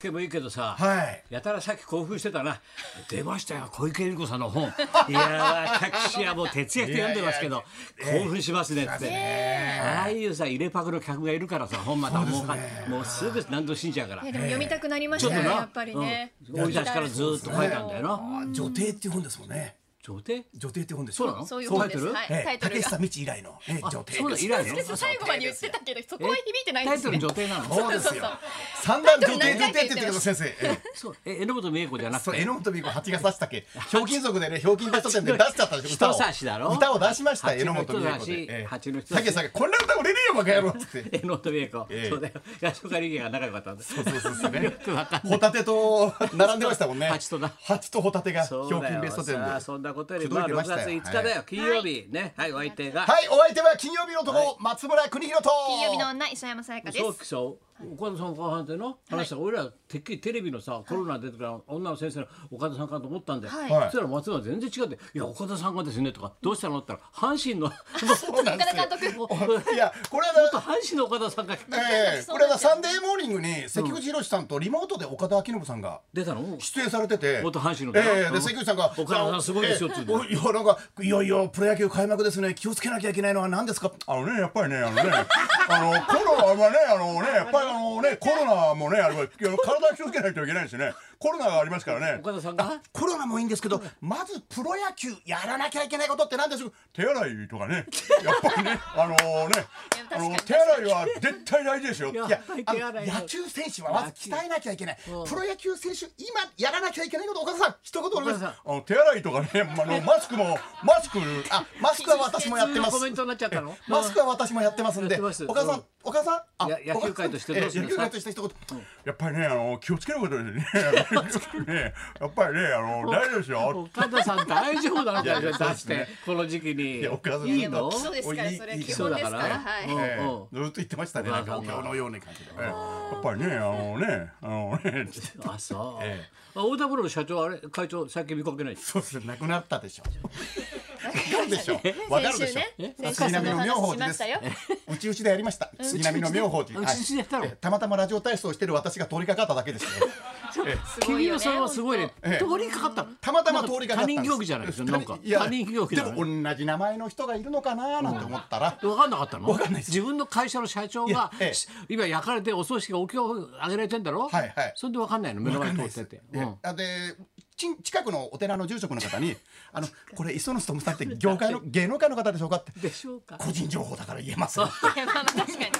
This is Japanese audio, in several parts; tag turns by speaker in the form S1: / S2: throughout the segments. S1: でもいいけどさ、
S2: はい
S1: やたらさっき興奮してたな出ましたよ小池百合子さんの本いやー私はもう徹夜して読んでますけど興奮しますねって、ああいうさ入れパクの客がいるからさ本またもうか、もうすぐ何度も信じちゃうから
S3: いやでも読みたくなりまし
S1: ちょったと
S3: よ
S1: な、
S3: やっぱりね。
S1: うん生い立ちからずーっと書いたんだよな。
S2: あ女帝っていう本ですもんね
S1: 女帝
S2: 女帝って本です
S1: そう
S2: よ
S1: なの
S3: そういう
S1: 書
S3: 本
S1: い
S3: で
S1: て
S3: す。
S1: る
S3: はい、
S2: え
S3: タ
S2: え
S3: イトル
S2: 竹
S3: が。
S2: 下道以来の、ええ、女帝
S1: そう
S2: で
S1: だ、
S2: す
S1: 以来の
S3: 私 最後まで言ってたけど、そこは響いてない
S1: タ
S3: で
S1: イ
S3: す
S1: トル
S3: ね。
S1: 女帝なの
S2: そうですよ三段女帝女帝って言ってください先生、ええ
S1: そう、え、榎本美恵子じゃなく
S2: そう
S1: て。
S2: 榎本美子八が刺したけひょうきん族でねひょうきんベスト10で出しちゃったんですよ歌を
S1: 人差しだろ
S2: 歌を出しましたよ
S1: 蜂
S2: 榎
S1: の
S2: 本美子
S1: 人差し
S2: で
S1: 蜂の人差し
S2: 竹下がこんな歌売れねえよバカ野郎っつ っ て
S1: 榎本美恵子。
S2: ええ
S1: そうだよ。安岡力也が仲良かったんだ。そう
S2: そうそうそうね
S1: よく わかんない。
S2: ホタテと並んでましたもんね。
S1: 蜂とな
S2: 蜂とホタテが ひょうき
S1: そうだ
S2: ん
S1: よ
S2: ベスト
S1: さ
S2: 10
S1: あ
S2: で。
S1: そんなことより、
S2: 口説
S1: ま
S2: い
S1: あ、
S2: て
S1: 6
S2: ましたよ
S1: 月5日だ
S2: は
S1: よ。金曜日。ね。はい、お相手が。
S2: はい、お相手は金曜日の男、松村邦弘と。
S3: 金曜日の女、磯山さやかで
S1: そう
S3: す。
S1: きさ、岡田さんの後半での話したら、俺らてっきりテレビのさ、コロナ出てから女の先生の岡田さんかと思ったんで、
S3: はい
S1: そしたら松村全然違って、いや、岡田さんがですね、とか、どうしたのって言ったら、阪 神の、
S2: そうなんで
S3: 岡
S2: す
S3: 田
S2: よ
S3: 監 督。
S2: いや、これは
S1: 元阪神の岡田さんが
S2: な、ええこれはサンデーモーニングに関口宏さんとリモートで岡田明信さんが。
S1: 出たの
S2: 出演されてて、
S1: 元阪神のだな
S2: ええ
S1: う
S2: で
S1: ん
S2: 関口さんが
S1: 岡田さんすごいですよって
S2: え
S1: 言
S2: え
S1: うんだよ
S2: おいやなんかいやいやプロ野球開幕ですね気をつけなきゃいけないのは何ですかあのねやっぱりねあのねあのコロナまあねあのねやっぱりあのねコロナもねあれはいや体気をつけないといけないですねコロナがありますからね
S1: 岡田さんが
S2: コロナもいいんですけどまずプロ野球やらなきゃいけないことって何でしょう手洗いとか ねやっぱりねあのね
S3: 確か
S2: あ
S3: に
S2: の手洗いは絶対大事ですよい
S1: や
S2: や
S1: 手
S2: あ
S1: 洗い
S2: の
S1: は
S2: 野球選手はまず鍛えなきゃいけないプ
S1: うん
S2: ロ野球選手今やらなきゃいけないこと岡田さん一言お願いし
S1: 岡田
S2: ますあの手洗いとかねま ああのマスクもマスクあマスクは私もやってま
S1: 普通のコメ
S2: す
S1: ントになっちゃったの
S2: マスクは私もやってますん
S1: やっ
S2: で
S1: てます
S2: 岡田さ
S1: うん
S2: ん岡田さんあ
S1: や野球界としてどうするん
S2: え
S1: で
S2: え野
S1: す
S2: 球
S1: か
S2: 界として一言やっぱりねあの気をつけることです ねねやっぱりねあの大事ですよ
S1: 岡田さん大丈夫なの
S2: いや
S1: か
S2: い
S1: 出
S2: やそうで
S1: し
S2: すね
S1: てこの時期に
S2: いや岡田さん
S1: いい
S3: でも
S1: の
S3: 基礎ですから、
S2: おいい
S3: それはい
S2: い
S3: 基本です
S1: 基礎
S3: か
S1: だ
S3: ら。
S1: から
S3: はい。
S2: ええ
S1: うん
S2: ずっと言ってましたねなんか
S1: お
S2: お
S1: 母さんが
S2: 経のように感じでええやっぱりねあのねあのね
S1: あそう、
S2: ええ
S1: あ太田プロの社長あれ会長最近見かけない
S2: そうですねなくなったでしょわかるでしょわかるで
S3: 先週
S2: しょ
S3: ね、先
S2: 杉
S3: 週そ
S2: 並
S3: の
S2: の妙
S3: 話
S2: 法
S3: し
S2: 寺
S3: ま
S2: で
S3: し
S2: す
S3: たよ。
S2: うちうちでやりました杉並の妙法寺
S1: うちうちでやったの
S2: はいええたまたまラジオ体操をしてる私が通りかかっただけですね
S3: すごい
S1: 君
S3: よ
S1: の
S3: ね
S1: さんはすごいね
S2: ええ
S1: 通りかかった
S2: たまたま通りかかったんです
S1: 他人行儀じゃないですよなんか
S2: いや
S1: 他人行儀
S2: で
S1: だね
S2: も同じ名前の人がいるのかななんて思ったら、
S1: 分かんなかったの
S2: わかんないです
S1: 自分の会社の社長
S2: いや
S1: が、
S2: ええ
S1: し今焼かれてお葬式がお経をあげられてんだろ
S2: はいはい
S1: それで分かんないの目の前通ってて
S2: で
S1: うん
S2: あでちん近くのお寺の住職 の方に「あのこれ磯野勉さんって業界の芸能界の方でしょうか?」って
S1: でしょうか
S2: 個人情報だから言えません
S3: いやまあまあ確かにね。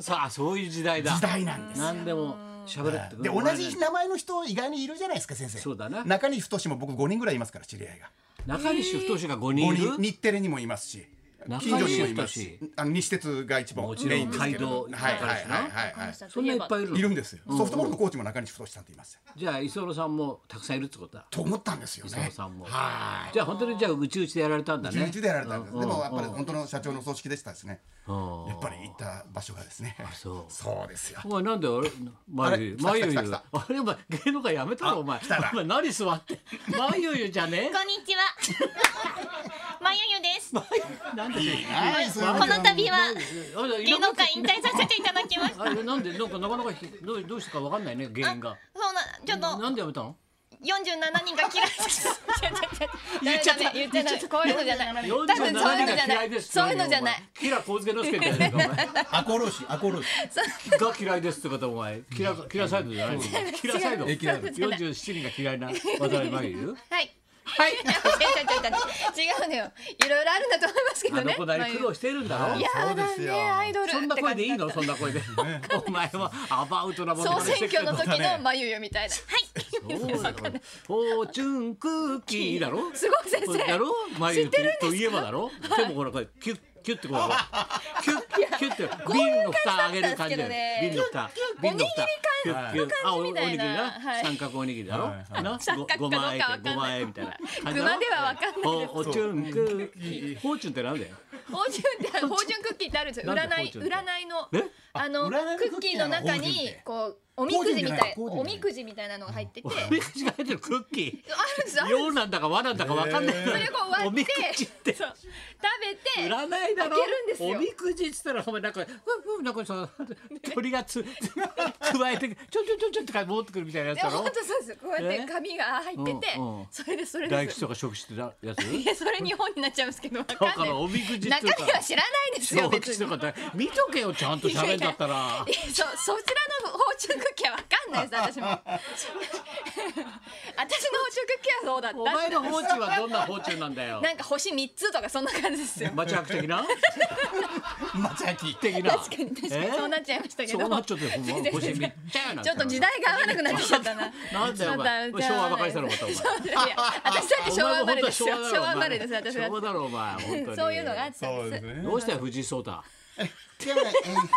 S1: さあそういう時代だ
S2: 時代なんですよ
S1: 何でも喋れって
S2: で同じ名前の人意外にいるじゃないですか先生
S1: そうだな
S2: 中西太も僕5人ぐらいいますから知り合いが
S1: 中西太が5人い
S2: 5
S1: る
S2: 人日テレにもいますし
S1: 中西
S2: 近所にもい
S1: 太
S2: ますしあの西鉄が一番
S1: もちろん
S2: メインですけれど
S1: 街道
S2: はいはい
S1: 中西な
S2: はいはいはい
S1: そんないっぱいい
S3: い
S1: るの
S2: いるんですよソフトボールのコーチも中西太さんって言いますよ
S1: じゃあ磯野さんもたくさんいるってことだ
S2: と思ったんですよね
S1: 磯野さんも
S2: はい
S1: じゃあ本当にじゃあうちうちでやられたんだね
S2: 11でやられたんです、
S1: うん
S2: でもやっ
S1: うん
S2: ぱり本当の社長の葬式でしたですね、
S1: うん
S2: やっぱり行った場所がですね
S1: そう
S2: ですよ
S1: お前なんであれ
S2: あれ
S1: 眉
S2: 来
S1: 毛
S2: た
S1: 眉毛
S2: 来た
S1: 言う
S2: 来た
S1: あれお前芸能界やめたのお前
S2: 来たな
S1: お前何座って眉毛じゃ ね
S4: こんにちは。 まゆゆです。こ
S1: えなんで
S2: はいそういうわ
S4: の
S2: けなんで
S4: 度は芸
S1: 芸
S4: 能界引退させていただきました。
S1: あれなんでなんかなかなかひどうどうしてかわかんないね原因が
S4: そうな、ちょっと
S1: なんでやめたの
S4: 47人が嫌いです。
S1: 言っちゃった
S4: ダメダメ言っちゃった。こういうのじゃない。多
S1: 47
S4: 分そういうの
S1: 人
S4: じ
S1: が嫌
S4: ゃない
S1: で
S4: い。
S1: す
S4: そういうのじゃない。
S1: キラ光介之助みたいなやつ がお前
S2: アコロシアコロシ
S1: が嫌いですって方お前キラキラサイドじゃ ないのキラサイド
S2: え嫌い
S1: 四十七人が嫌いな渡辺真 由
S3: はい。
S1: はい
S3: 違う違う違う違うのよ。いろいろあるんだと思いますけ
S1: あ
S3: ど
S1: の
S3: ね。
S1: 子なり苦労してるんだろ
S3: いや
S2: そう
S3: ー
S2: で
S3: だ
S2: すよ
S3: ねアイドル。
S1: そんな声でいいのそんな声で お前はアバウトなもの
S3: 総
S1: までして
S3: 選
S1: くる
S3: 挙の時のまゆよみたいな。
S1: そうだよ フォーチュンクッキーだろ
S3: すごい先生
S1: だろ眉毛
S3: 知ってるんですか
S1: といえばだろでもほらこれキュッキュッてこうほらキュッキュッて瓶の蓋上げる感じだよ
S3: こうい
S1: 瓶
S3: う感じ
S1: の
S3: だ
S1: 蓋瓶の蓋キュッキュッあおお
S3: お
S1: に
S3: に
S1: ぎ
S3: ぎ
S1: り
S3: り
S1: な
S3: なはい
S1: 三角おにぎりだろ
S2: はい
S1: な
S3: 三角か
S1: ご
S3: どうか
S1: まあえ
S3: わかんない
S1: ごまあえみたいな感じだろ
S3: 具まではわかんない
S1: フォーチュンクッキーフォーチュンってなんだよ
S3: 芳醇って芳醇クッキーってあるんですよ。
S1: なんで
S3: 占
S1: 芳
S3: い
S1: 醇
S3: 占
S1: って
S3: いの
S1: え
S3: あの
S2: 占いの
S3: クッキーの中
S2: クッキーなの芳醇っ
S3: に
S2: て
S3: こうおみくじみたい
S2: こうじゃない
S3: おみくじみたいなのが入っててあ
S1: おみくじが入ってるクッキ
S3: るんですあ
S1: ー
S3: るんで
S1: 用なんだか和なんだかわかんない
S2: へーそれ
S3: こう割って
S1: おみくじって
S3: すそう食べて
S1: 占いだろ
S3: 開けるんですよ
S1: おみくじっつったらお前なんかふんふんなんかさ鳥がつ加えてちょんちょんちょんちょんってか持ってくるみたいなやつ
S3: でも
S1: だ
S3: 本
S1: ろ
S3: 当そうですこうやって
S1: え
S3: 紙が入ってて
S1: うんうん
S3: それでそれ
S1: 大
S3: で
S1: 吉
S3: す
S1: とか食してたやつ
S3: いやそれ日本になっちゃいますけどわか
S1: だ
S3: ん
S1: か
S3: ない
S1: らおみくじって
S3: 中
S1: いう
S3: 身は
S1: か
S3: 知らないですよ
S1: 小
S3: 別
S1: 吉
S3: に
S1: とかだ見とけよちゃんと喋んだったら
S3: いやそそちらの包丁クッキーはわかんないです私も 私の包丁クッキーはそうだった
S1: お前の包丁はどんな包丁なんだよ
S3: なんか星三つとかそんな感じですよ
S1: マチャク的なマチャキ的な
S3: 確かに確かにそうなっちゃいましたけど
S1: そうなっちゃってほんま
S3: 全然
S1: 腰
S3: 全
S1: めっ
S3: 然
S1: ちゃやな
S3: ちょっと時代が合わなくなってきちゃったな
S1: なんだよお前
S3: ちょっと
S1: 昭和ばかりしたのまたお前
S3: そういやいや私さっき昭和生まれですよ昭和生まれです私は
S1: 昭和だろお前本当に
S3: そういうのがあった
S2: そ
S3: ん
S2: う
S3: で
S2: ですすね
S1: どうしたよ藤井聡太
S5: でも、う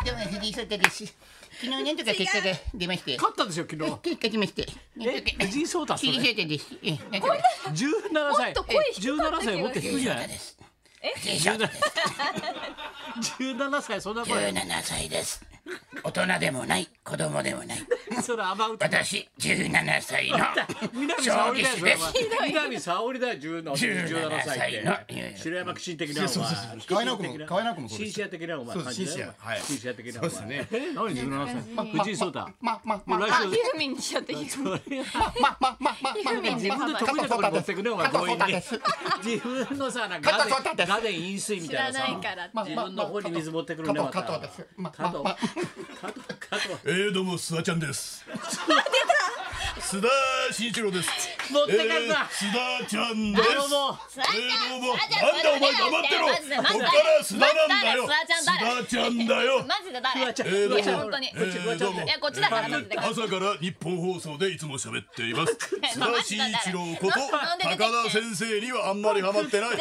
S5: ん、でも藤井聡太です。昨日なんとか結果が出まして。
S1: 勝ったんですよ昨日
S5: 結果出まして。なん
S1: え
S5: とか
S1: 藤井聡太そ
S5: 藤井
S1: れ
S5: 聡太です。え、なんとか
S1: 17歳
S3: もっと声低かった
S1: 17
S3: 気がする
S1: 歳もっと低いんじゃない
S5: です。藤井聡太です。
S1: 17歳そんな声
S5: 17歳です。大人でもない、子供でもない。
S1: それ雨歌
S5: 私、17歳の
S1: 南沙
S5: 将
S1: 織
S5: 棋
S1: だよ
S5: 士
S1: それお
S5: です。
S1: 前南沙織だよ17歳
S5: 17
S1: っ
S5: 歳
S1: て
S5: のえ
S1: 白山紀信的なお
S2: そうそうそうそう河合直子も河合直子
S1: 前
S2: もそうで
S1: 紳
S2: す
S1: 士屋的なお前
S2: そうです
S1: 感じだよ
S2: 紳士屋はい
S1: 紳士屋的なお
S2: そう
S1: 前
S2: ですね
S1: え何17歳藤井聡太
S5: まあまあま
S1: も
S5: あ
S1: う
S5: ま
S1: 来
S5: あ
S1: 週
S3: ユーミンにしちゃってユー
S1: それは
S5: まあまあまあまあまあ
S3: ミン
S1: 自
S3: で
S1: 分の得意なところに持ってくねお前強引に自分のさなんか
S5: 加藤聡
S1: ガ
S5: 太
S1: デ
S5: で
S1: ン
S5: す
S1: ガデン飲水み
S3: 知
S1: た
S3: ら
S1: いなさ
S3: ないからって
S5: まあ
S1: 自分の方に水持ってくるね
S5: 加
S1: ま
S5: 藤
S1: た
S5: 加藤ですま
S1: 加藤
S5: まま
S1: 加藤加藤
S2: えー、どうも須田ちゃん です。須田慎一郎です。
S1: 持って
S2: え
S1: かれた
S2: ー、須田ちゃんです。
S1: どうも
S4: ちゃん
S2: えー、どうも。
S4: 須田ちゃ
S2: なんだお
S4: ん
S2: 前黙ってろ。こ
S4: まずま
S2: っ
S4: ず
S2: から須田なんだよ。
S4: ま
S2: 須田ちゃんだよ。
S4: マジで誰
S1: フワちゃん
S2: えーどうも
S4: いや本当に
S2: えー、どうも
S4: い。やこっちだからマジで
S2: 朝から日本放送でいつも喋ってい ます。須田慎一郎こと
S4: なんで出てきてん
S2: 高田先生にはあんまりハマってない。
S4: 全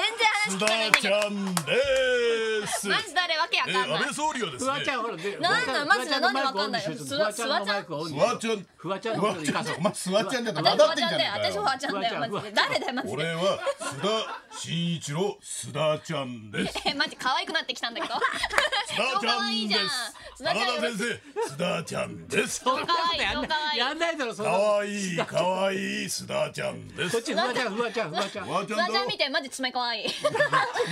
S4: 然話聞かない
S2: 須
S4: んだ
S2: 田ち
S4: けど
S2: ゃんです。
S4: マジ誰わけわ
S2: え
S4: かん
S2: ー、
S4: ない
S2: 安倍総理はです
S1: フワ
S2: ね
S1: ちゃ。んほらで
S3: なんなんマジでなんでわかんない
S1: フワちゃんのマイクオンに
S2: 須田ちゃん。
S1: フワちゃんの
S2: お
S1: マ
S2: 前
S1: イクオンにフワちゃんのマイクオンに行かせ
S2: お前須田ちゃんだと
S3: 私
S2: 混
S3: フ
S2: ざ
S3: ワ
S2: ってんじゃねえかよ
S3: ちゃんだよ私フワちゃんだよマジで誰だよマジで
S2: 俺は須田慎一郎須田ちゃんです
S4: えマジ可愛くなってきた んだけど
S2: 須田ち
S4: 可
S2: ゃ
S4: 愛い
S2: ん
S4: じ
S2: で
S4: ゃん
S2: す
S4: 須田ちゃん
S2: 原田先生須田ちゃんです
S1: そんなことやん
S4: かわ
S1: ない
S4: いい
S1: やんないだろそん
S2: か
S1: なこ
S2: わいいかわいい須田ちゃんです
S1: っちフワちゃんフワちゃんフワちゃん
S2: フワち
S4: フ
S2: ゃ
S4: ワ
S2: ん
S4: ち
S2: だ
S4: ゃん見てマジ爪可愛い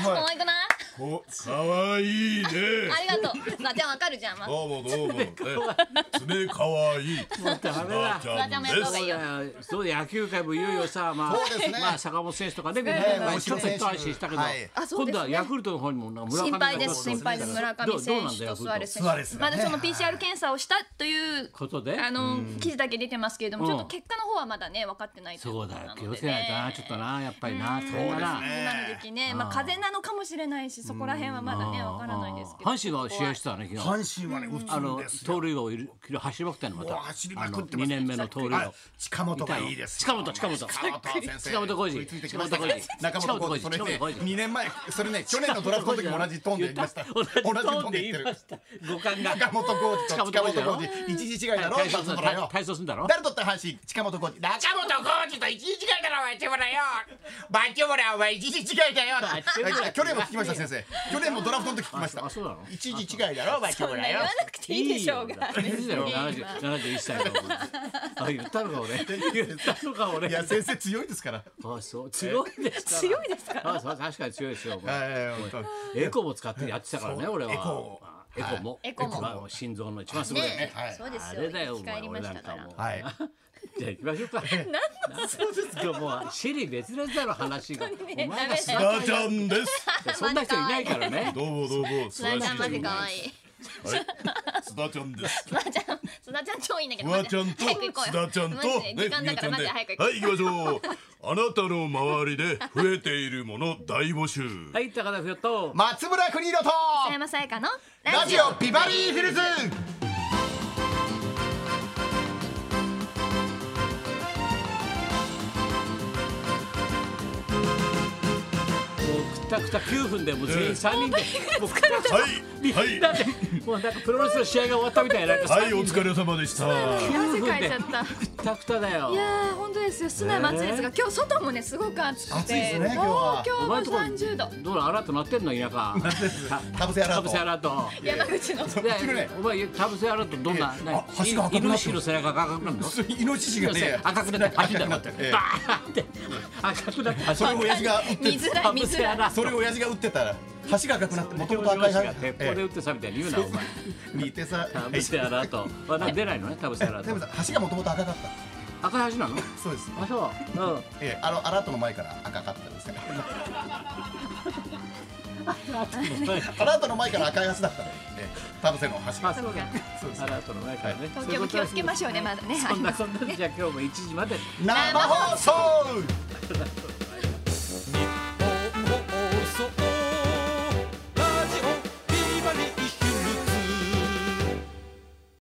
S4: 可愛くない
S2: こかわいいね
S4: ありがとうフワちゃんわかるじゃんまあ
S2: どうもどうもね爪かわいい須
S1: ダメだ
S2: 田ちゃんで
S4: 須田ちゃんもやった方
S2: す
S4: がいいよ
S1: そうだ野球界もいよいよさ、まあ、
S5: そうですね
S1: まあ坂本選手とかね、みん
S5: ね
S1: な
S5: 大
S1: ちょ
S5: 城
S1: っと
S5: 選手
S1: 一安心したけど、
S5: はい
S3: あそう
S1: 今度
S3: ですね
S1: はヤクルトの方にもな村上
S3: 心
S1: が
S3: 配で
S1: どう
S3: す心配です村上
S1: どう
S3: 選
S1: なんだ
S3: 手
S1: よ
S3: とスアレス選
S2: スアレ
S3: 手
S2: スがね
S3: まだその PCR 検査をしたという
S1: ことで
S3: あの記事だけ出てますけれども
S1: うん
S3: ちょっと結果の方はまだね分かってないという
S1: そ
S3: こ
S1: う
S3: と
S1: だよ
S3: なのでね
S1: 気をつけないとなちょっとなやっぱりなそれから
S3: 今の時期ねまあ風邪なのかもしれないしそこら辺はまだね分からないですけど
S1: 阪神は試合してたね昨日
S2: 阪神はね
S1: あ
S2: 打つん
S1: の
S2: ですよ
S1: 盗塁王いる昨日走りまくってんのまた
S2: うわ走りまくっ
S1: あの
S2: てます
S1: 二年目の盗塁王
S2: あ近本がいいです
S1: 近本近本
S2: 近本先 生
S1: 近本浩二
S2: 食いついてきました
S1: 近本浩二
S2: 中本浩二
S1: 近
S2: そ
S1: 本
S2: れ
S1: 浩二近本浩二
S2: ね2年前それね去年のドラフトの時も同じトーンで言いました
S1: 同じトーンで言いました五感が
S2: 中本浩二と近本
S1: 近本
S2: 浩
S1: 浩
S2: 二一時違いだろ
S1: 体操
S2: 今
S1: するん
S2: の
S1: だ
S2: ところよ
S1: 体操するんだろ
S5: 誰とったら阪神近本浩二中本浩二と一日違いだろお前一村よバッチョボラお前一日違いだよ
S1: バッチョボラ
S5: 去年も聞きました先生去年もドラフトの時聞きまし
S1: あ
S5: た
S1: そうなの
S5: 一時違いだろバッチョボラ
S3: 言
S5: よ
S3: わなくていいでしょうが
S1: いいよ七十一歳の。あ言ったのか俺。言ったのか俺。
S5: いや先生強いですから
S1: あそう強いですから。
S3: 強いですか
S1: あそう確かに強いですよ。お前
S5: はい本
S1: エコも使ってやってたからね俺は。
S2: エコ
S1: あエコも。
S3: エコも
S1: まあ心臓の一番すごいよ
S3: ね
S1: ね。
S5: はい
S3: そうです
S1: あ
S3: よ
S1: れだよ
S3: 生
S1: お
S3: き返
S1: 前
S3: りま
S1: 俺
S3: し
S1: なん
S3: た
S1: か
S3: から
S1: もう。
S5: はい
S1: じゃあ行きましょうか。何のそうですかもうシリ別々だろ話が。お前が
S3: ダ
S1: 座っ
S2: ダーちゃん です
S1: てそんな人いないからね。
S2: どうもどうも須
S4: フワ
S2: 田
S4: ちゃんマ
S2: 慎一
S4: ジ
S2: 郎
S4: 可愛い
S2: 須田ちゃんです
S4: フワちゃんフワちゃん超いいんだけど
S2: フワちゃんと
S4: マジで早く行こうよ
S2: 須田ちゃんと
S4: マ
S2: ね
S4: ジで時間
S2: 美
S4: だ
S2: 羽
S4: か
S2: ち
S4: ら
S2: ゃん
S4: マジ
S2: で
S4: で
S2: は
S4: 早
S2: い
S4: く
S2: 行きま
S4: 行こう
S2: しょうあなたの周りで増えているもの大募集
S1: はい高田ふよと。
S5: 松村邦洋と
S4: 北山さやかの
S5: ラジオビバリーヒルズ
S1: もう くたくた9分でもう全員3人で、もうくたくた
S2: はいはい
S1: だってもうなんかプロレスの試合が終わったみたいななんか
S2: はいお疲れ様でした
S3: 汗かいちゃった
S1: くたくただよ
S3: いやー本当ですよ室内も暑いですが、今日外もねすごく暑くて
S2: 暑いですね今日は
S3: 東京
S1: お
S3: も
S1: 前んとこ
S3: 30度
S1: どうだアラートなってんの田舎
S2: かぶせアラ
S1: か
S2: ー
S1: ぶ
S2: ト
S1: せアラート
S3: 山口の
S1: で
S2: ってるね
S1: お前かぶせアラートどんな
S2: ええ
S1: 何
S2: あ橋が赤くなってる
S1: イノシシの背中が赤くなるの
S2: イノシシがね
S1: 赤くなって走ったのバ
S2: 赤くなってええ
S1: ーンって赤くなって走
S2: それを
S1: る
S2: 親父が打って
S3: 見づらい見づらい
S2: それを親父が打ってたら橋が赤くなってもともと赤い橋
S1: が鉄砲で撃ってさみたいに言うなお前
S2: 見てさ
S1: かぶせアラートはなんか出ないのねかぶせアラ
S2: でも
S1: ー
S2: さ
S1: ト
S2: 橋がもともと赤かった
S1: 赤い橋なの
S2: そうです
S1: あそううん
S2: ええあのアラートの前から赤かったです ねアラートの前から赤い橋だったのええ田臥の橋
S1: あ
S2: が
S1: そうか
S2: そうです
S1: アラートの前からね
S3: 東京も気をつけましょうねまだね
S1: そんなそんなじゃあ今日も1時まで
S2: 生放送